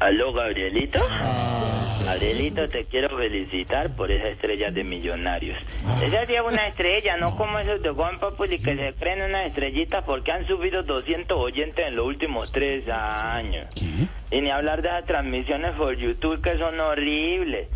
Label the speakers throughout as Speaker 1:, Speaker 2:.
Speaker 1: Aló, Gabrielito. Gabrielito, te quiero felicitar por esa estrella de millonarios. Esa sí es una estrella, no como esos de Juan Populi que se creen unas estrellitas porque han subido 200 oyentes en los últimos tres años. Y ni hablar de las transmisiones por YouTube que son horribles.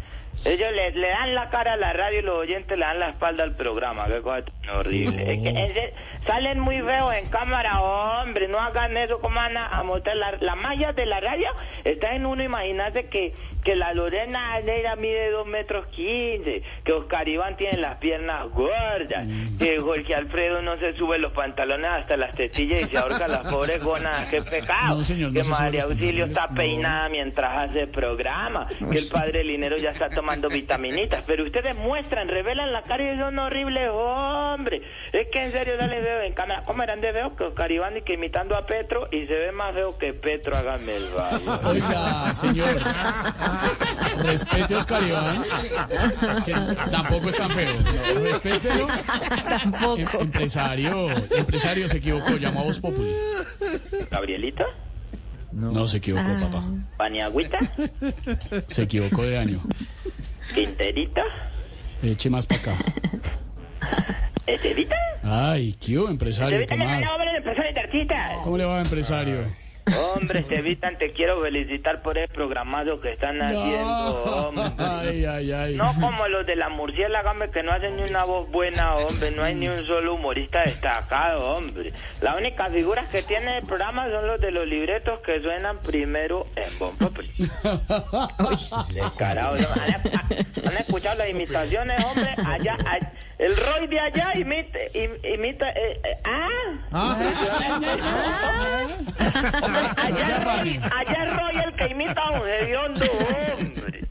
Speaker 1: Ellos le, le dan la cara a la radio y los oyentes le dan la espalda al programa. Qué cosa tan horrible. Es que ese- salen muy feos en cámara, hombre. No hagan eso. ¿Cómo van a, a mostrar la, la malla de la radio? Está en uno. Imagínate que, que la Lorena Almeida mide 2 metros 15. Que Oscar Iván tiene las piernas gordas. Que Jorge Alfredo no se sube los pantalones hasta las tetillas y se ahorca las pobres gonas. Qué pecado.
Speaker 2: No, señor, no
Speaker 1: que
Speaker 2: se sube
Speaker 1: María
Speaker 2: los
Speaker 1: Auxilio está
Speaker 2: pantalones, no.
Speaker 1: peinada nada mientras hace programa, que el padre Linero ya está tomando vitaminitas, pero ustedes muestran, revelan la cara y son horribles, hombre. Es que en serio, dale veo en cámara. ¿Cómo eran de veo que Oscar Iván y que imitando a Petro y se ve más feo que Petro? Háganme el favor.
Speaker 2: Oiga, señor. Respete a Oscar Iván, que tampoco es tan feo. Respételo. Em-
Speaker 3: Tampoco.
Speaker 2: empresario, empresario se equivocó, llamó a Voz Populi.
Speaker 1: ¿Gabrielita?
Speaker 2: No se equivocó, papá.
Speaker 1: ¿Paniagüita?
Speaker 2: Se equivocó de año.
Speaker 1: ¿Quinterita?
Speaker 2: Eche más para acá.
Speaker 1: ¿Estevita?
Speaker 2: Ay, ¿qué hubo, empresario?
Speaker 1: ¿Estevita?
Speaker 2: ¿Qué
Speaker 1: le
Speaker 2: más?
Speaker 1: ganó, hombre, empezó de artistas.
Speaker 2: ¿Cómo le va, empresario?
Speaker 1: Hombre, Estevitan, te quiero felicitar por el programado que están haciendo, hombre.
Speaker 2: Ay, ay, ay.
Speaker 1: No como los de la murciélaga, hombre, que no hacen ni una voz buena, hombre. No hay ni un solo humorista destacado, hombre. Las únicas figuras que tiene el programa son los de los libretos que suenan primero en Bon Populi. Descarado, ¿no? ¿Han, han escuchado las imitaciones, hombre? Allá, a- el Roy de allá imita... im- imita eh, eh, ¿Ah? Allá el Roy, allá el Roy el que imita a un hediondo, hombre.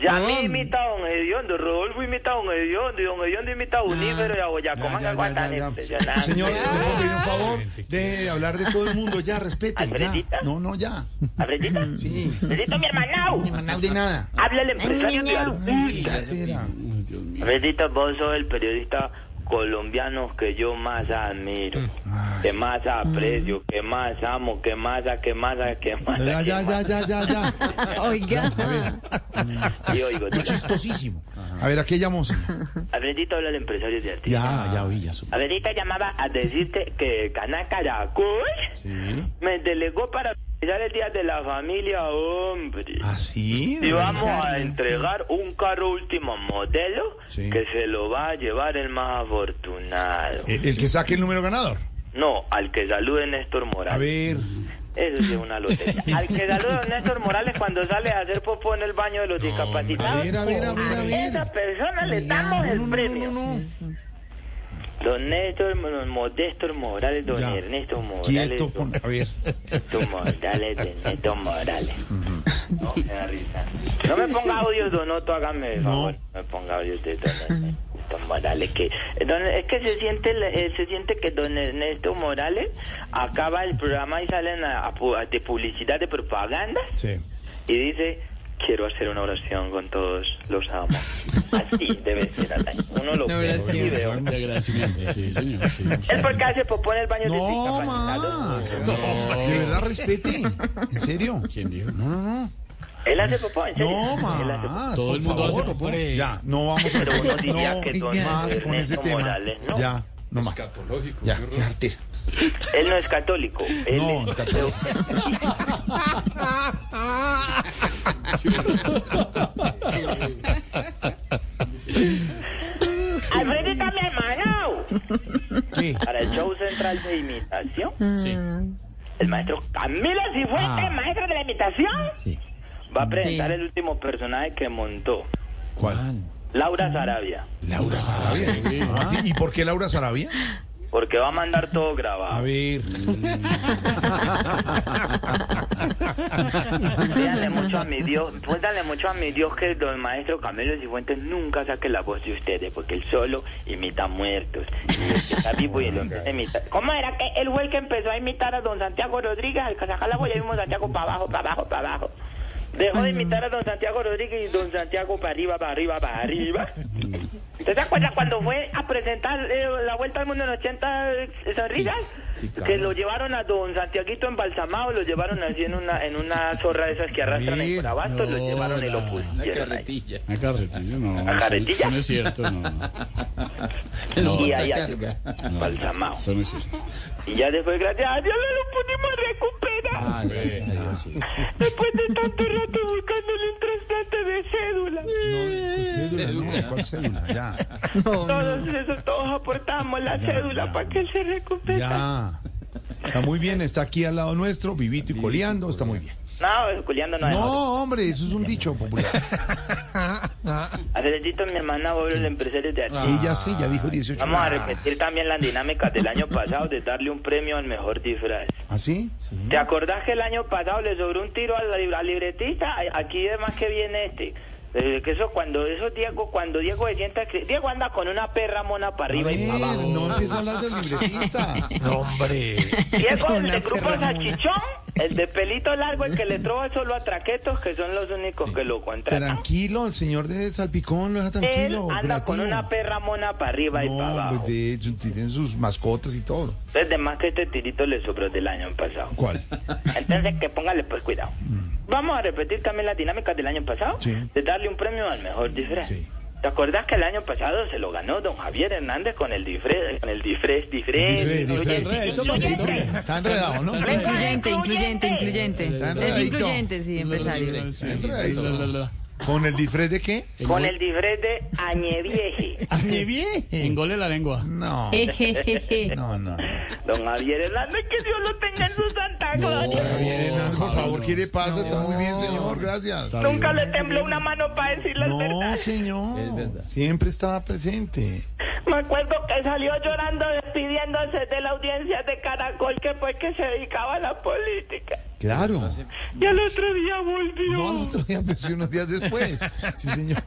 Speaker 1: Ya mí imita a un hediondo, Rodolfo imita a un hediondo, y un hediondo imita a Unífero y a Boyacoma, que
Speaker 4: Ya, ya,
Speaker 1: algo tan
Speaker 4: ya, ya.
Speaker 1: impresionante. Ah.
Speaker 4: Señor, eh, ¿le puedo pedir un favor? Deje de hablar de todo el mundo, ya, respete. Ya.
Speaker 1: ¿Alfredita?
Speaker 4: No, no, ya.
Speaker 1: ¿Alfredito?
Speaker 4: Sí.
Speaker 1: ¿Alfredito, mi hermanao?
Speaker 4: Ni manal de nada.
Speaker 1: Habla el empresario de
Speaker 4: Ay,
Speaker 1: Arbusta.
Speaker 4: espera.
Speaker 2: Dios mío.
Speaker 1: Alfredito, vos sos el periodista colombiano que yo más admiro,
Speaker 4: Mm.
Speaker 1: que más aprecio, que más amo, que más, a- que más, a- que más. a-
Speaker 4: Ya,
Speaker 1: que
Speaker 4: ya, ya,
Speaker 1: más.
Speaker 4: ya, ya, ya.
Speaker 3: Oiga.
Speaker 4: A ver,
Speaker 1: Y oigo,
Speaker 4: qué chistosísimo. A ver, ¿a qué llamó? señor?
Speaker 1: Alfredito habla el empresario de artistas.
Speaker 4: Ya, ya vi, ya supe.
Speaker 1: Adelita llamaba a decirte que Canal Caracol
Speaker 4: Sí.
Speaker 1: me delegó para organizar el Día de la Familia, hombre.
Speaker 4: ¿Ah, sí?
Speaker 1: Y vamos a
Speaker 3: Organizarlo,
Speaker 1: entregar un carro último modelo
Speaker 4: Sí.
Speaker 1: que se lo va a llevar el más afortunado.
Speaker 4: Eh, El, el que saque el número ganador.
Speaker 1: No, al que salude Néstor
Speaker 4: A
Speaker 1: Morales.
Speaker 4: ver.
Speaker 1: Eso sí es una lotería. al que salude a Néstor Morales cuando sale a hacer popó en el baño de los
Speaker 4: A
Speaker 1: discapacitados.
Speaker 4: ver, a ver, a ver, a ver.
Speaker 1: esa persona le damos el
Speaker 4: No, no,
Speaker 1: premio.
Speaker 4: no, no, no.
Speaker 1: Don Néstor, don Modesto Morales, don
Speaker 4: Ya.
Speaker 1: Ernesto Morales,
Speaker 4: Quieto,
Speaker 1: don
Speaker 4: pon- a ver.
Speaker 1: Ernesto Morales, don Ernesto Morales. No, me da risa. No me ponga audios, Donoto, hágame el favor. No me ponga audios de don Ernesto Morales. Que, eh, don- es que se siente, la- eh, se siente que don Ernesto Morales acaba el programa y salen a, a pu- de publicidad, de propaganda
Speaker 4: Sí.
Speaker 1: y dice quiero hacer una oración con todos los amo así debe ser Adán. uno lo
Speaker 3: Una
Speaker 1: ve,
Speaker 3: oración.
Speaker 1: y ve,
Speaker 2: De agradecimiento, sí, señor. sí.
Speaker 1: él porque hace popó en el baño de
Speaker 4: No,
Speaker 1: discapacitados.
Speaker 4: más. De verdad, respete. ¿En serio?
Speaker 2: ¿Quién dijo?
Speaker 4: No, no, no.
Speaker 1: Él hace popó, en serio.
Speaker 4: No,
Speaker 1: Él hace popó.
Speaker 4: más.
Speaker 2: Todo
Speaker 4: por
Speaker 2: el mundo hace
Speaker 4: favor.
Speaker 2: popó. Hombre.
Speaker 4: Ya, no vamos a
Speaker 1: Pero uno diría
Speaker 4: no,
Speaker 1: que don
Speaker 4: más con ese
Speaker 1: Ernesto
Speaker 4: tema.
Speaker 1: Morales, ¿no?
Speaker 4: Ya, no más. Ya, qué arte.
Speaker 1: Él no es católico. Él
Speaker 4: No,
Speaker 1: es- Alfredito, mi hermano.
Speaker 4: ¿Qué?
Speaker 1: Para el show central de imitación,
Speaker 2: Sí.
Speaker 1: el maestro Camilo Cifuentes,
Speaker 3: Ah.
Speaker 1: maestro de la imitación,
Speaker 3: Sí.
Speaker 1: va a presentar
Speaker 3: Sí.
Speaker 1: el último personaje que montó,
Speaker 4: ¿Cuál?
Speaker 1: Laura Sarabia,
Speaker 4: Laura Sarabia. Ah, sí, ¿Y por qué Laura Sarabia?
Speaker 1: porque va a mandar todo grabado.
Speaker 4: A ver.
Speaker 1: Pídanle mucho a mi Dios, pónganle mucho a mi Dios que el maestro Camilo Cifuentes nunca saque la voz de ustedes, porque él solo imita muertos. Y el que está vivo y lo empieza a imitar. ¿Cómo era que él fue el que empezó a imitar a don Santiago Rodríguez? Al que saca la voz y ahí mismo Santiago para abajo, para abajo, para abajo. Dejó de imitar a don Santiago Rodríguez y don Santiago para arriba, para arriba, para arriba. ¿Usted se acuerda cuando fue a presentar eh, la Vuelta al Mundo en 80 sonrisas?
Speaker 4: Sí, sí, claro.
Speaker 1: Que lo llevaron a don Santiaguito embalsamado, lo llevaron así en una en una zorra de esas que arrastran en
Speaker 4: David,
Speaker 1: Corabastos, lo
Speaker 4: no,
Speaker 1: llevaron y lo
Speaker 2: la-
Speaker 4: Una
Speaker 1: pusieron ahí.
Speaker 4: carretilla.
Speaker 2: Una carretilla, no.
Speaker 1: ¿Una
Speaker 2: eso-
Speaker 1: carretilla?
Speaker 2: Eso no es cierto, no.
Speaker 4: No,
Speaker 1: Y
Speaker 4: otra
Speaker 1: ahí así,
Speaker 4: carga.
Speaker 1: embalsamado.
Speaker 2: Eso no es cierto.
Speaker 1: Y ya después, gracias a Dios, lo pudimos recuperar.
Speaker 4: Ah, gracias a Dios. sí.
Speaker 1: Después de tanto rato buscándole un trasplante de cédula.
Speaker 4: Cédula, ¿no? ¿Cuál cédula? Ya,
Speaker 1: Todos, eso, todos aportamos la cédula para que él se recupere.
Speaker 4: ya. Está muy bien, está aquí al lado nuestro, vivito y coleando, está muy bien.
Speaker 1: No, culiando no, no.
Speaker 4: No, hombre, eso es un dicho popular.
Speaker 1: Alfredito, mi hermana, Bob, el empresario de artistas.
Speaker 4: Sí, ya sé, ya dijo Ah, 18.
Speaker 1: Vamos a repetir también las dinámicas del año pasado de darle un premio al mejor disfraz.
Speaker 4: ¿Ah, sí?
Speaker 1: ¿Te acordás que el año pasado le sobró un tiro al, lib- al libretista? A- Aquí además que viene este. Eh, que eso cuando eso Diego, cuando Diego se sienta que- Diego anda con una perra mona para arriba y
Speaker 4: Bien,
Speaker 1: para abajo.
Speaker 4: no empieza a hablar del libretista.
Speaker 1: Diego, el de grupo Sachichón, el de pelito largo, el que le trova solo a traquetos, que son los únicos que lo contratan.
Speaker 4: Tranquilo, el señor de Salpicón lo deja
Speaker 1: Él
Speaker 4: tranquilo.
Speaker 1: anda con
Speaker 4: creativo.
Speaker 1: una perra mona para arriba y para
Speaker 4: No,
Speaker 1: abajo.
Speaker 4: pues de hecho, tienen sus mascotas y todo.
Speaker 1: Entonces, de más que este tirito le sobró del año pasado.
Speaker 4: ¿Cuál?
Speaker 1: Entonces, que póngale pues cuidado. Vamos a repetir también las dinámicas del año pasado
Speaker 4: Mm. Sí.
Speaker 1: de darle un premio al mejor disfraz.
Speaker 4: Sí.
Speaker 1: ¿Te acordás que el año pasado se lo ganó don Javier Hernández con el disfraz, con el disfraz, disfraz?
Speaker 4: Disfraz,
Speaker 1: incluye-
Speaker 4: disfraz.
Speaker 2: Enredadito, papito.
Speaker 4: Está enredado, ¿no?
Speaker 2: Está
Speaker 3: Incluyente, incluyente, incluyente. Es incluyente, sí, empresario.
Speaker 2: Sí, sí, sí, la, la, la, la.
Speaker 4: ¿Con el disfraz de qué?
Speaker 1: Con el disfraz de Añevieje.
Speaker 4: ¡Qué Ah, bien!
Speaker 2: Engole la lengua.
Speaker 4: No, no, no.
Speaker 1: Don Javier Hernández, que Dios lo tenga en su santa gloria.
Speaker 4: Oh, Javier Hernández, por favor, ¿qué le pasa? Está muy bien, señor, gracias.
Speaker 2: Ah, Está
Speaker 1: Nunca
Speaker 2: bien.
Speaker 1: le tembló una mano para decir las
Speaker 4: No,
Speaker 1: verdades.
Speaker 4: señor. Siempre estaba presente.
Speaker 1: Me acuerdo que salió llorando despidiéndose de la audiencia de Caracol que pues que se dedicaba a la política.
Speaker 4: Claro.
Speaker 1: Y al otro día volvió.
Speaker 4: No, al otro día, pero sí unos días después. Sí, señor.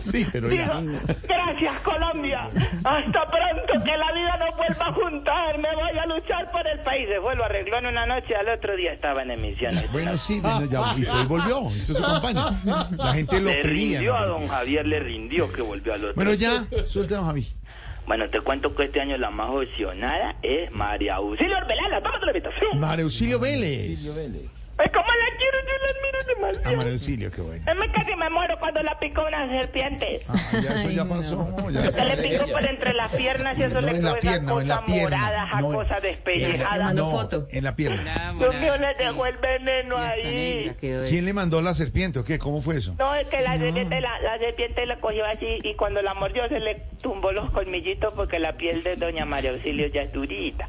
Speaker 4: Sí, pero
Speaker 1: Dijo,
Speaker 4: ya.
Speaker 1: gracias Colombia, hasta pronto, que la vida nos vuelva a juntar, me voy a luchar por el país. Se fue, lo arregló en una noche, al otro día estaba en emisiones.
Speaker 4: Bueno, sí, bueno, ya. Y fue y volvió, hizo su campaña. La gente lo
Speaker 1: Le rindió a
Speaker 4: pedía.
Speaker 1: don Javier, le rindió que volvió al otro
Speaker 4: Bueno,
Speaker 1: día.
Speaker 4: ya, suelta, don Javi.
Speaker 1: Bueno, te cuento que este año la más opcionada es María Auxilio Arbeláez, vamos a la invitación.
Speaker 4: Mario Auxilio Vélez.
Speaker 1: Ay, ¿Cómo la quiero? Yo la admiro
Speaker 4: Ah, Mario
Speaker 1: demasiado.
Speaker 4: Auxilio, qué bueno.
Speaker 1: Es me casi me muero cuando la picó una serpiente.
Speaker 4: Ah, ya eso ya pasó. Ya
Speaker 1: Se le
Speaker 4: eso-
Speaker 1: picó por entre las piernas y eso
Speaker 4: No
Speaker 1: le
Speaker 4: en la
Speaker 1: quedó esa
Speaker 4: pierna, no en
Speaker 1: cosa
Speaker 4: la pierna.
Speaker 1: morada, esa
Speaker 4: no en-
Speaker 1: cosa despellejada.
Speaker 4: en la-
Speaker 3: Mandó
Speaker 4: no,
Speaker 3: foto.
Speaker 4: En la pierna.
Speaker 1: Dios mío, le dejó el veneno ahí.
Speaker 4: ¿Quién le mandó la serpiente o qué? ¿Cómo fue eso?
Speaker 1: No, es que la, serpiente, la, la serpiente la cogió así y cuando la mordió se le tumbó los colmillitos porque la piel de doña María Auxilio ya es durita.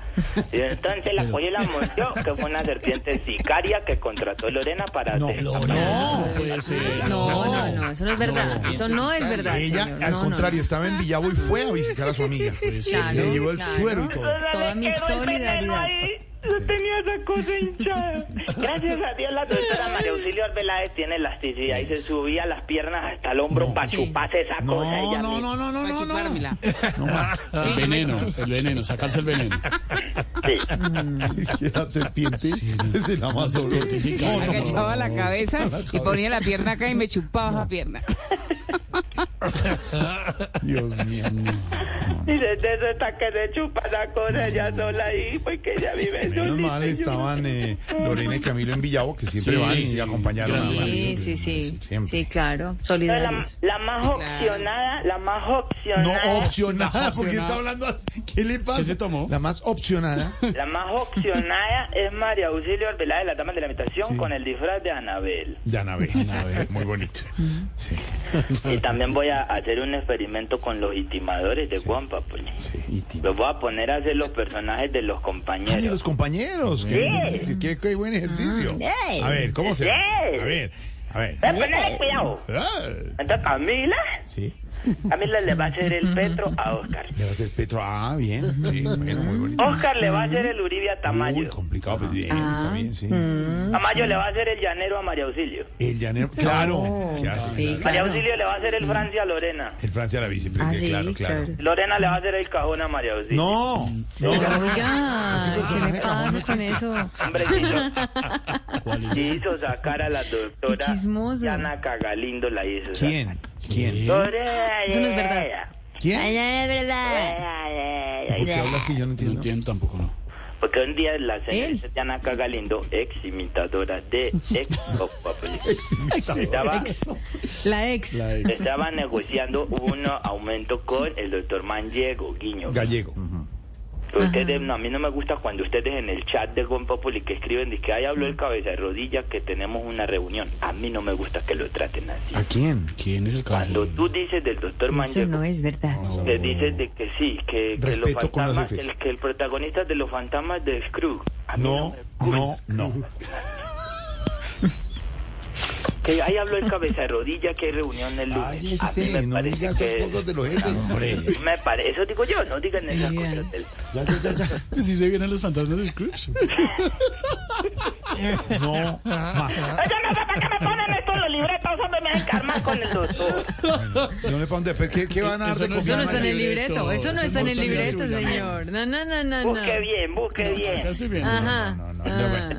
Speaker 1: Y entonces la cogió y la mordió, que fue una serpiente sicaria que contrató Lorena para
Speaker 4: No,
Speaker 1: hacer-
Speaker 4: no, pues, no.
Speaker 2: Puede ser.
Speaker 3: No, no, no, eso no es verdad. Eso no es verdad.
Speaker 4: Ella,
Speaker 3: señor.
Speaker 4: al
Speaker 3: No, no,
Speaker 4: contrario, estaba en Villavo y fue a visitar a su amiga. pues.
Speaker 3: Claro,
Speaker 4: le llevó el
Speaker 3: claro.
Speaker 4: suero y todo.
Speaker 1: Entonces,
Speaker 3: Toda
Speaker 1: le
Speaker 3: mi
Speaker 1: Pues quedó el veneno
Speaker 3: solidaridad.
Speaker 1: ahí. Yo tenía esa cosa hinchada. Gracias a Dios, la doctora María Auxilio Arbeláez tiene elasticidad y se subía las piernas hasta el hombro para chuparse esa
Speaker 4: No,
Speaker 1: cosa. ella
Speaker 4: no,
Speaker 1: misma.
Speaker 4: no, no, no, no, no.
Speaker 5: chupármela.
Speaker 4: No más.
Speaker 2: El veneno, el veneno, sacarse el veneno.
Speaker 1: Sí.
Speaker 4: Es que la serpiente es de la más horrorosa.
Speaker 2: Sí, claro.
Speaker 4: No, no, no.
Speaker 5: Agachaba la cabeza y
Speaker 4: cabeza.
Speaker 5: ponía la pierna acá y me chupaba la pierna.
Speaker 4: Dios mío.
Speaker 1: Y desde eso está que se chupa la cosa ella sola ahí, porque ella vive
Speaker 4: Menos
Speaker 1: solita.
Speaker 4: mal estaban eh, Lorena y Camilo en Villavo, que siempre
Speaker 2: Sí,
Speaker 4: van y
Speaker 2: sí,
Speaker 4: acompañaron a
Speaker 2: grandes
Speaker 4: Mario
Speaker 3: Sí,
Speaker 2: amigos.
Speaker 3: sí, sí.
Speaker 4: Siempre.
Speaker 3: Sí, claro.
Speaker 1: Entonces,
Speaker 3: Solidarios.
Speaker 1: La, la más opcionada, la más opcionada,
Speaker 4: No opcionada,
Speaker 2: opcionada.
Speaker 4: porque está hablando así. ¿Qué le pasa?
Speaker 2: ¿Qué se tomó?
Speaker 4: La más opcionada.
Speaker 1: la más opcionada es María Auxilio Arbeláez, de la dama de la habitación, con el disfraz de Anabel.
Speaker 4: De Anabel. Muy bonito. Sí,
Speaker 1: Y también voy a hacer un experimento con los itimadores de Juan Papuña.
Speaker 4: sí.
Speaker 1: Los voy a poner a hacer los personajes de los
Speaker 4: Ah, de
Speaker 1: compañeros.
Speaker 4: los compañeros. Qué,
Speaker 1: Sí.
Speaker 4: qué- qué buen ejercicio. A ver, ¿cómo se
Speaker 1: Sí.
Speaker 4: A ver, a ver.
Speaker 1: Eh, ponele cuidado.
Speaker 4: Ah,
Speaker 1: Entonces, Camila,
Speaker 4: Sí.
Speaker 1: Camila le va a hacer el Petro a Oscar.
Speaker 4: Le va a hacer Petro. Ah, bien. Sí, bueno, muy bonito.
Speaker 1: Oscar le va a hacer el Uribe a
Speaker 4: Muy
Speaker 1: Tamayo.
Speaker 4: complicado, pero bien, está bien, sí.
Speaker 1: Tamayo le va a hacer el llanero a María Auxilio.
Speaker 4: El llanero. Claro. ¿qué hace?
Speaker 3: Sí,
Speaker 1: María
Speaker 3: claro.
Speaker 1: Auxilio le va a hacer el Francia a Lorena.
Speaker 4: El Francia la
Speaker 3: Ah,
Speaker 4: vicepresidenta,
Speaker 3: sí,
Speaker 4: claro, claro.
Speaker 3: claro.
Speaker 1: Lorena le va a hacer el cajón a María Auxilio.
Speaker 4: No, no, no, no.
Speaker 3: Oiga, ¿qué le pasa con eso?
Speaker 1: Hombre, si hizo,
Speaker 2: ¿Cuál es?
Speaker 1: si hizo sacar a la doctora
Speaker 3: Qué chismoso.
Speaker 1: Yana Cagalindo, la hizo. sacar.
Speaker 4: ¿Quién? ¿Quién?
Speaker 3: Eso no es verdad. Ay,
Speaker 4: ¿Quién?
Speaker 3: no es verdad.
Speaker 1: Ah,
Speaker 4: ¿Por qué habla así? Yo no
Speaker 2: No
Speaker 4: entiendo.
Speaker 2: entiendo tampoco, no.
Speaker 1: Porque un día la
Speaker 3: Él.
Speaker 1: señorita Yanaka Galindo, ex imitadora de ex Vox Populi, estaba,
Speaker 3: La ex.
Speaker 2: La ex.
Speaker 1: estaba negociando un aumento con el doctor Manllego, guiño.
Speaker 4: Gallego.
Speaker 1: Ustedes, no, a mí no me gusta cuando ustedes en el chat de Gon Populi que escriben, dice que ahí habló el cabeza de rodilla que tenemos una reunión. A mí no me gusta que lo traten así.
Speaker 4: ¿A quién?
Speaker 2: ¿Quién es el
Speaker 1: Cuando
Speaker 2: caballero?
Speaker 1: tú dices del doctor
Speaker 3: Eso
Speaker 1: Manllego,
Speaker 3: no es verdad.
Speaker 1: te dices de que sí, que, que los
Speaker 4: Respeto con los
Speaker 1: fantasmas,
Speaker 4: jefes.
Speaker 1: el, que el protagonista de los fantasmas de Scrooge. A mí
Speaker 4: No,
Speaker 1: me gusta.
Speaker 4: no, no.
Speaker 1: Que ahí habló el cabeza de rodilla que hay reunión el lunes. a mí me
Speaker 4: Cállese, no
Speaker 1: parece
Speaker 4: diga esas
Speaker 1: que-
Speaker 4: cosas de los jefes.
Speaker 1: me pare- eso digo yo, no digan esas
Speaker 3: Ya.
Speaker 1: cosas. del-
Speaker 4: Ya, ya, ya, ya.
Speaker 2: ¿Sí se vienen los fantasmas del Scrooge?
Speaker 4: No más.
Speaker 1: Oye, no sé para qué me ponen esto en los libretos, hombre, me encarman con el doctor.
Speaker 4: Yo le pongo después. ¿Qué, ¿Qué van a dar
Speaker 2: Eso
Speaker 4: de
Speaker 2: no es
Speaker 3: Eso no
Speaker 4: comer?
Speaker 3: está en el
Speaker 2: libreto.
Speaker 3: libreto. Eso no
Speaker 2: Eso
Speaker 3: está en
Speaker 2: no
Speaker 3: el
Speaker 2: salió
Speaker 3: libreto,
Speaker 2: suyo,
Speaker 3: señor. No, no, no, no.
Speaker 1: Busque
Speaker 3: no.
Speaker 1: Oh, bien, busque
Speaker 2: Acá
Speaker 1: bien.
Speaker 2: estoy viendo.
Speaker 3: Ajá.
Speaker 4: No, no, no, ya
Speaker 3: Ah.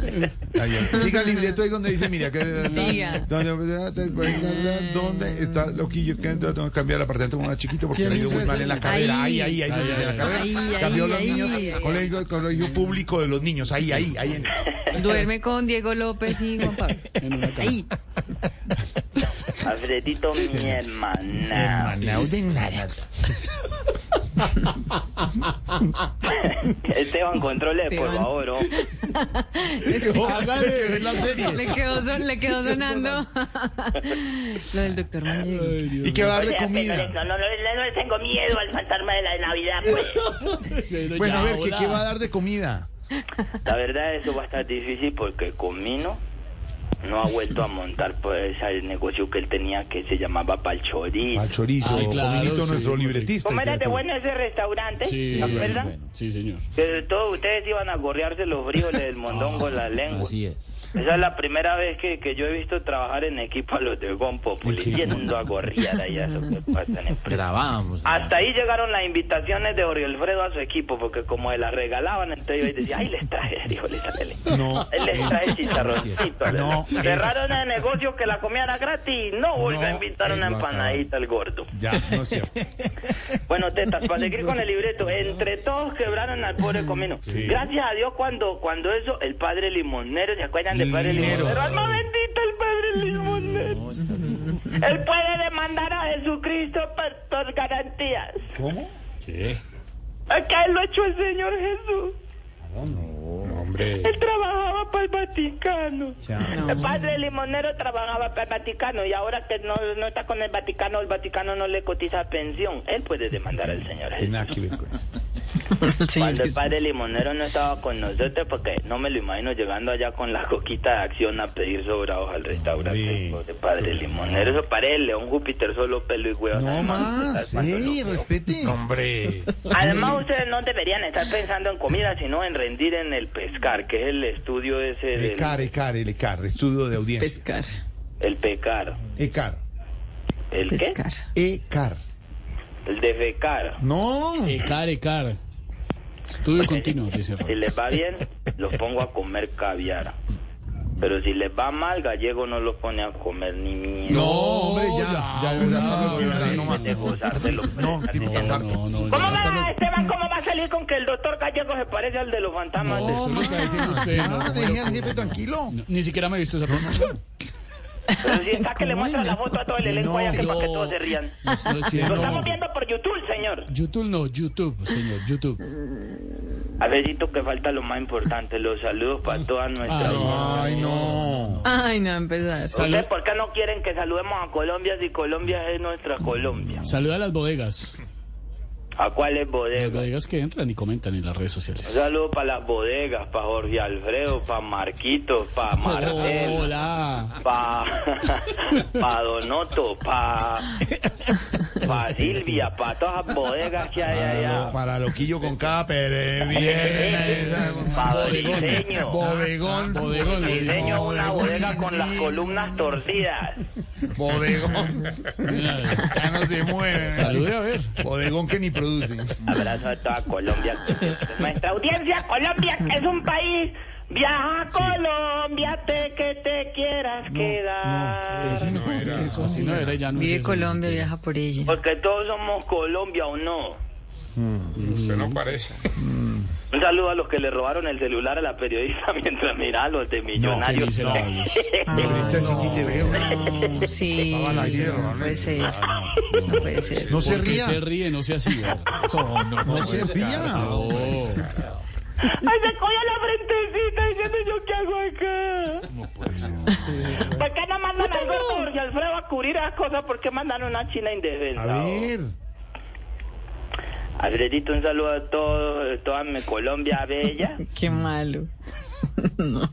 Speaker 4: Está bien. Siga el libreto ahí donde dice, mira, que...
Speaker 3: Siga.
Speaker 4: ¿Dónde, dónde- dónde está loquillo? Que tengo que cambiar el apartamento con una chiquita porque
Speaker 2: ¿Quién
Speaker 4: le dio
Speaker 2: hizo
Speaker 4: muy mal
Speaker 2: eso?
Speaker 4: en la carrera. Ahí, ahí,
Speaker 3: Ahí.
Speaker 4: ahí, donde
Speaker 2: Ahí,
Speaker 4: dice en la
Speaker 2: ahí,
Speaker 4: carrera.
Speaker 3: ahí,
Speaker 4: Cambió
Speaker 3: ahí,
Speaker 4: los niños.
Speaker 3: ahí, ahí.
Speaker 4: Colegio, colegio público de los niños. Ahí, ahí, ahí. en-
Speaker 3: Duerme con Diego López y Juan Pablo.
Speaker 2: En una cama.
Speaker 3: Ahí.
Speaker 1: Alfredito, mi hermana.
Speaker 4: Hermanao de nada.
Speaker 1: Esteban, Este controle, por
Speaker 3: Esteban.
Speaker 1: favor. oh.
Speaker 4: Hágale, ve la serie.
Speaker 3: Le quedó, son- le quedó sonando lo del doctor Mangel.
Speaker 2: Ay, Dios
Speaker 4: Y que va a
Speaker 1: Oye,
Speaker 4: darle
Speaker 1: pero
Speaker 4: comida.
Speaker 1: No, no, no, no, no le tengo miedo al fantasma de la de Navidad. pues.
Speaker 2: mío.
Speaker 4: Bueno, a
Speaker 2: Ya,
Speaker 4: ver, ¿qué,
Speaker 2: hola.
Speaker 4: ¿qué va a dar de comida?
Speaker 1: La verdad, eso va a estar difícil porque Comino no ha vuelto a montar pues, ese negocio que él tenía que se llamaba Palchorizo.
Speaker 4: Al Ah, chorizo,
Speaker 2: Ay, claro,
Speaker 4: Cominito,
Speaker 2: sí,
Speaker 4: nuestro
Speaker 2: porque-
Speaker 4: libretista.
Speaker 1: ¿Cómo era de
Speaker 4: que-
Speaker 1: bueno ese restaurante?
Speaker 2: Sí,
Speaker 1: ¿Se acuerdan?
Speaker 2: bueno, sí, señor.
Speaker 1: Que todos ustedes iban a gorrearse los frijoles del mondongo en la lengua.
Speaker 6: Así es.
Speaker 1: Esa es la primera vez que, que yo he visto trabajar en equipo a los de Gon Populi, yendo a gorrear allá, eso que pasa en el pre-
Speaker 6: Grabamos.
Speaker 1: Hasta ahí llegaron las invitaciones de Oriol Fredo a su equipo, porque como se las regalaban, entonces yo ahí decía, ay, les traje, dijo Lizanele.
Speaker 4: No.
Speaker 1: Les traje chicharroncito.
Speaker 4: No, es-
Speaker 1: Cerraron el negocio que la comida era gratis. No volvió a invitar
Speaker 4: ahí
Speaker 1: una
Speaker 4: lo acaba.
Speaker 1: empanadita al gordo.
Speaker 4: Ya, no es cierto.
Speaker 1: Bueno, tetas, para seguir con el libreto, entre todos quebraron al pobre Comino.
Speaker 4: Sí.
Speaker 1: Gracias a Dios cuando cuando eso, el padre limonero, ¿se acuerdan del padre
Speaker 4: Limonero.
Speaker 1: limonero? ¡Alma bendita el padre limonero! Él puede demandar a Jesucristo por, por garantías.
Speaker 4: ¿Cómo?
Speaker 2: ¿Qué?
Speaker 1: Acá lo ha hecho el Señor Jesús.
Speaker 4: Ah, No, hombre.
Speaker 1: Él trabajaba para el Vaticano.
Speaker 4: Ya.
Speaker 1: El padre limonero trabajaba para el Vaticano y ahora que no, no está con el Vaticano, el Vaticano no le cotiza pensión. Él puede demandar al Señor Jesús.
Speaker 4: Sin nada que ver con eso.
Speaker 1: Cuando el padre limonero no estaba con nosotros, porque no me lo imagino llegando allá con la coquita de acción a pedir sobrados al restaurante.
Speaker 4: Hombre.
Speaker 1: pobre padre limonero, eso parece el león Júpiter, solo pelo y huevos.
Speaker 4: No
Speaker 1: Además,
Speaker 4: más,
Speaker 1: estás cuando
Speaker 4: sí, pues.
Speaker 1: lo-
Speaker 4: respete.
Speaker 6: Hombre.
Speaker 1: Además, ustedes no deberían estar pensando en comida, sino en rendir en el pescar, que es el estudio ese del
Speaker 4: Ecar, Ecar, el Ecar, estudio de audiencia.
Speaker 5: Pescar,
Speaker 1: el pecar.
Speaker 4: Ecar,
Speaker 1: ¿El
Speaker 5: pescar.
Speaker 4: Ecar.
Speaker 1: qué? El defecar.
Speaker 4: No,
Speaker 2: Ecar, ecar. Estudio continuo, dice
Speaker 1: Si
Speaker 2: Raúl.
Speaker 1: les va bien, los pongo a comer caviar. Pero si les va mal, gallego no los pone a comer ni mierda.
Speaker 4: no, hombre, ya, ya, de verdad, hasta luego, de verdad, no más.
Speaker 1: de gozarse los-
Speaker 4: No, tipo tan
Speaker 2: No,
Speaker 4: harto.
Speaker 2: no, no,
Speaker 1: ¿Cómo
Speaker 2: ya.
Speaker 1: va, Esteban? ¿Cómo va a salir con que el doctor Gallego se parece al de los fantasmas?
Speaker 2: No,
Speaker 1: de-
Speaker 2: eso lo está diciendo usted. no,
Speaker 4: Ah, Ya,
Speaker 2: no,
Speaker 4: deje
Speaker 2: no.
Speaker 4: al jefe tranquilo.
Speaker 2: No, Ni siquiera me he visto esa película.
Speaker 1: Pero si está que le muestra la foto a todo el elenco allá que
Speaker 2: no.
Speaker 1: para que todos se rían.
Speaker 2: No estoy
Speaker 1: Lo
Speaker 2: diciendo.
Speaker 1: estamos viendo por YouTube, señor.
Speaker 2: YouTube no, YouTube, señor, YouTube.
Speaker 1: A verito que falta lo más importante. Los saludos para
Speaker 2: Ah,
Speaker 1: toda nuestra
Speaker 2: Ay,
Speaker 1: audiencia.
Speaker 4: Ay, no.
Speaker 3: Ay, no, a empezar.
Speaker 2: Salud,
Speaker 1: ¿Ustedes por qué no quieren que saludemos a Colombia si Colombia es nuestra Colombia?
Speaker 2: saluda a las bodegas.
Speaker 1: ¿A cuáles
Speaker 2: Las
Speaker 1: bodegas?
Speaker 2: bodegas que entran y comentan en las redes
Speaker 1: Un
Speaker 2: sociales.
Speaker 1: saludo para las bodegas, para Jorge Alfredo, para Marquito, para Martel,
Speaker 2: Hola.
Speaker 1: para pa Donoto, para pa Silvia, para todas las bodegas que hay
Speaker 4: Para,
Speaker 1: allá.
Speaker 4: lo- para loquillo con K, pero viene.
Speaker 1: Para Diseño.
Speaker 4: Bodegón.
Speaker 2: Bodegón, le dice.
Speaker 1: Diseño una bodega con las columnas torcidas.
Speaker 4: Bodegón. Ya no se mueve.
Speaker 2: Salude a ver.
Speaker 4: Bodegón que ni produce.
Speaker 1: Abrazo a toda Colombia. Nuestra audiencia, Colombia, que es un país. Viaja a Colombia, te que te quieras quedar.
Speaker 4: No, era.
Speaker 2: eso, así no era, ella Ah, no es
Speaker 3: Vive
Speaker 2: eso,
Speaker 3: Colombia,
Speaker 2: ni siquiera.
Speaker 3: viaja por ella.
Speaker 1: Porque todos somos Colombia o no.
Speaker 6: Usted no parece.
Speaker 1: Un saludo a los que le robaron el celular a la periodista mientras miraba a los de millonarios.
Speaker 2: miserables.
Speaker 4: Periodista chiquiteveo.
Speaker 3: No, sí,
Speaker 2: Estaban ahí,
Speaker 3: no puede ser. No puede ser.
Speaker 4: No se
Speaker 2: ¿Por qué
Speaker 4: ría.
Speaker 2: se ríe? No sea así. ¿verdad? pues,
Speaker 4: No se ría.
Speaker 2: No.
Speaker 1: ¡Ay, se coge la frentecita diciendo yo qué hago acá! ¿Por qué no mandan al gordo Jorge Alfredo a cubrir esas cosas? ¿Por qué mandan a una china
Speaker 4: A
Speaker 1: indefensa?
Speaker 4: ver.
Speaker 1: Alfredito, un saludo a todos, eh, toda mi Colombia bella.
Speaker 3: Qué malo. No,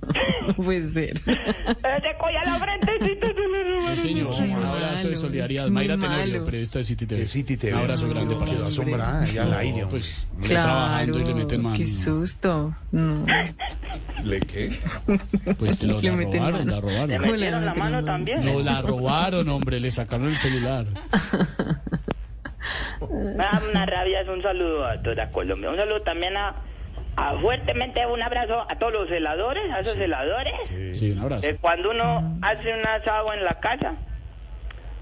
Speaker 3: no puede ser.
Speaker 1: Eh, ¡Se coge la frentecita! se le robaron.
Speaker 2: Sí, señor,
Speaker 3: Qué
Speaker 2: un abrazo de
Speaker 3: malo,
Speaker 2: solidaridad.
Speaker 3: es muy
Speaker 2: Mayra Tenorio,
Speaker 3: malo.
Speaker 2: periodista de City TV.
Speaker 4: De City TV.
Speaker 2: Un abrazo grande para
Speaker 4: Quedó
Speaker 2: ella.
Speaker 4: asombrada ya al aire.
Speaker 2: No,
Speaker 4: hombre.
Speaker 2: Pues, trabajando y le meten mano.
Speaker 3: Qué susto. No.
Speaker 1: Eh,
Speaker 6: ¿Le qué?
Speaker 2: Pues te lo
Speaker 3: Le
Speaker 2: la
Speaker 3: meten
Speaker 2: robaron,
Speaker 3: mano.
Speaker 2: la
Speaker 1: ¿Le
Speaker 2: robaron.
Speaker 1: metieron la mano también?
Speaker 2: No, la robaron, hombre, le sacaron el celular.
Speaker 1: Me da una rabia, es un saludo a toda Colombia. Un saludo también a, a fuertemente un abrazo a todos los celadores, a esos celadores.
Speaker 4: Eh,
Speaker 2: Sí, un abrazo.
Speaker 1: que cuando uno hace un asado en la casa,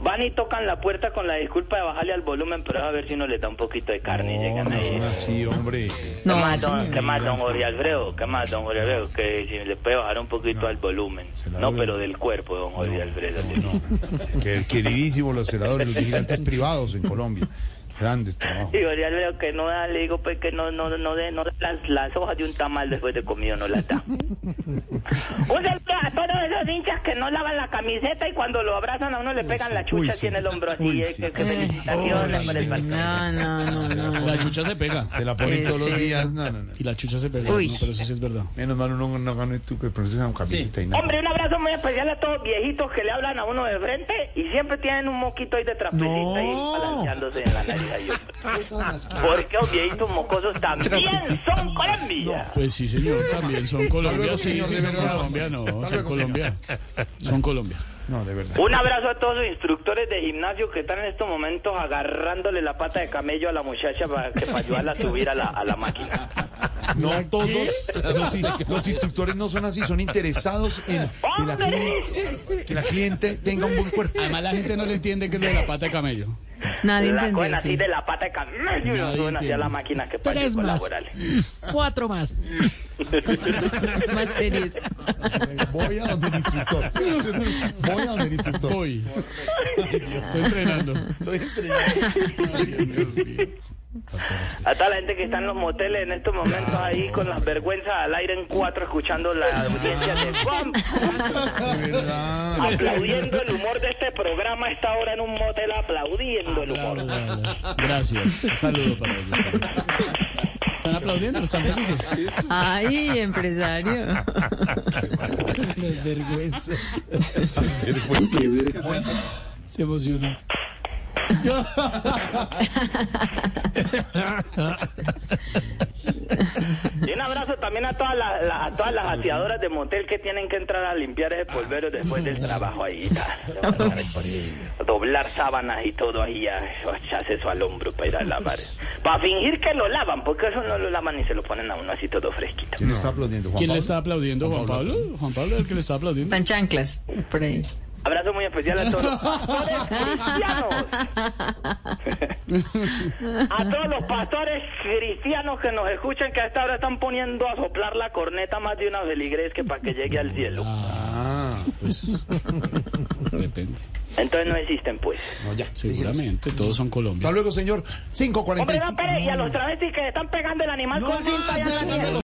Speaker 1: van y tocan la puerta con la disculpa de bajarle al volumen, pero a ver si uno les da un poquito de carne y
Speaker 4: No,
Speaker 1: llegan
Speaker 4: no
Speaker 1: ahí.
Speaker 4: son así, hombre.
Speaker 1: ¿Qué,
Speaker 3: No,
Speaker 1: más, don,
Speaker 3: señor.
Speaker 1: qué más, don Jorge Alfredo? ¿Qué más, don Jorge Alfredo? Que si le puede bajar un poquito al volumen.
Speaker 4: la
Speaker 1: No,
Speaker 4: doy.
Speaker 1: pero del cuerpo, don Jorge Alfredo.
Speaker 4: que el queridísimo los celadores, los vigilantes privados en Colombia. Grandes trabajos.
Speaker 1: Y Jorge Alfredo que no da, le digo pues que no, no, no, de, no dé las, las hojas de un tamal después de comido, no las da. Un saludo a todos esos hinchas que no lavan la camiseta y cuando lo abrazan a uno le pegan la chucha así en el hombro así.
Speaker 4: Uy,
Speaker 1: eh,
Speaker 4: sí.
Speaker 1: que- que
Speaker 3: Uy,
Speaker 1: felicitaciones
Speaker 4: sí.
Speaker 1: por el partido.
Speaker 3: No, no, no, no.
Speaker 1: eh,
Speaker 2: La chucha se pega.
Speaker 4: Se la ponen
Speaker 3: Ese.
Speaker 4: todos los días. No, no, no.
Speaker 2: Y la chucha se pega.
Speaker 3: Uy.
Speaker 2: No, pero eso sí es verdad.
Speaker 4: Menos mal uno no gane tú que pones esa camiseta y nada.
Speaker 1: Hombre, un abrazo muy especial a todos viejitos que le hablan a uno de frente y siempre tienen un moquito ahí de trapecita
Speaker 4: No.
Speaker 1: ahí balanceándose en la nariz. ahí. Porque los viejitos mocosos también son Colombia.
Speaker 2: Pues sí, señor, también son Colombia.
Speaker 4: luego,
Speaker 2: Sí,
Speaker 4: señor,
Speaker 2: sí,
Speaker 4: de
Speaker 2: son
Speaker 4: verdad.
Speaker 2: Colombia, no.
Speaker 4: Hasta
Speaker 2: Son
Speaker 4: luego,
Speaker 2: Colombia. Son Colombia.
Speaker 4: No, de verdad.
Speaker 1: Un abrazo a todos los instructores de gimnasio que están en estos momentos agarrándole la pata de camello a la muchacha para que para ayudarla a subir a la, a la máquina.
Speaker 4: No todos. Los, in- los instructores no son así, son interesados en que la, cliente, que la cliente tenga un buen cuerpo.
Speaker 2: Además, la gente no le entiende que es lo de la pata de camello.
Speaker 3: Nadie
Speaker 1: eh, La
Speaker 3: entendió
Speaker 1: cogen así
Speaker 3: sí.
Speaker 1: de la pata de camello y la suben
Speaker 2: Nadie
Speaker 1: hacia
Speaker 2: entiende.
Speaker 1: la máquina que para que colaborarle.
Speaker 7: Cuatro más.
Speaker 3: Más series.
Speaker 4: Voy a donde el instructor. Voy a donde el instructor.
Speaker 2: Voy. Estoy entrenando.
Speaker 4: Estoy entrenado. Ay, Dios mío.
Speaker 1: A toda la gente que está en los moteles en estos momentos ahí con las vergüenzas al aire en cuatro escuchando la audiencia de Juan,
Speaker 4: De verdad.
Speaker 1: aplaudiendo el humor de este programa, está ahora en un motel aplaudiendo el humor.
Speaker 2: Gracias. Un saludo para ellos. ¿Están aplaudiendo? ¿Están felices?
Speaker 3: Ay, empresario.
Speaker 7: vergüenzas.
Speaker 2: Se emociona.
Speaker 1: Y un abrazo también a todas las, la- a todas las aseadoras de motel que tienen que entrar a limpiar ese polvero después del trabajo ahí. A Doblar sábanas y todo ahí, a, echarse eso al hombro para ir a lavar. Para fingir que lo lavan, porque eso no lo lavan y se lo ponen a uno así todo fresquito.
Speaker 4: ¿Quién le está aplaudiendo? Juan
Speaker 2: ¿Quién le
Speaker 4: Pablo?
Speaker 2: está aplaudiendo? ¿Juan Pablo? ¿Juan Pablo es el que le está aplaudiendo?
Speaker 3: Tan chanclas. Por ahí.
Speaker 1: Abrazo muy especial a todos los pastores cristianos. A todos los pastores cristianos que nos escuchan que a esta hora están poniendo a soplar la corneta más de una feligres que para que llegue al cielo.
Speaker 4: Ah,
Speaker 2: Pues depende.
Speaker 1: Entonces no existen pues.
Speaker 4: no, ya.
Speaker 2: Seguramente todos son Colombia.
Speaker 4: Hasta luego, señor.
Speaker 1: Hombre, no,
Speaker 4: 5.45.
Speaker 1: Pérez, y eh. a los travestis que le están pegando el animal
Speaker 4: No,
Speaker 1: con cinta ya
Speaker 4: no, ya,
Speaker 1: no
Speaker 4: ya, ya,
Speaker 1: miedo.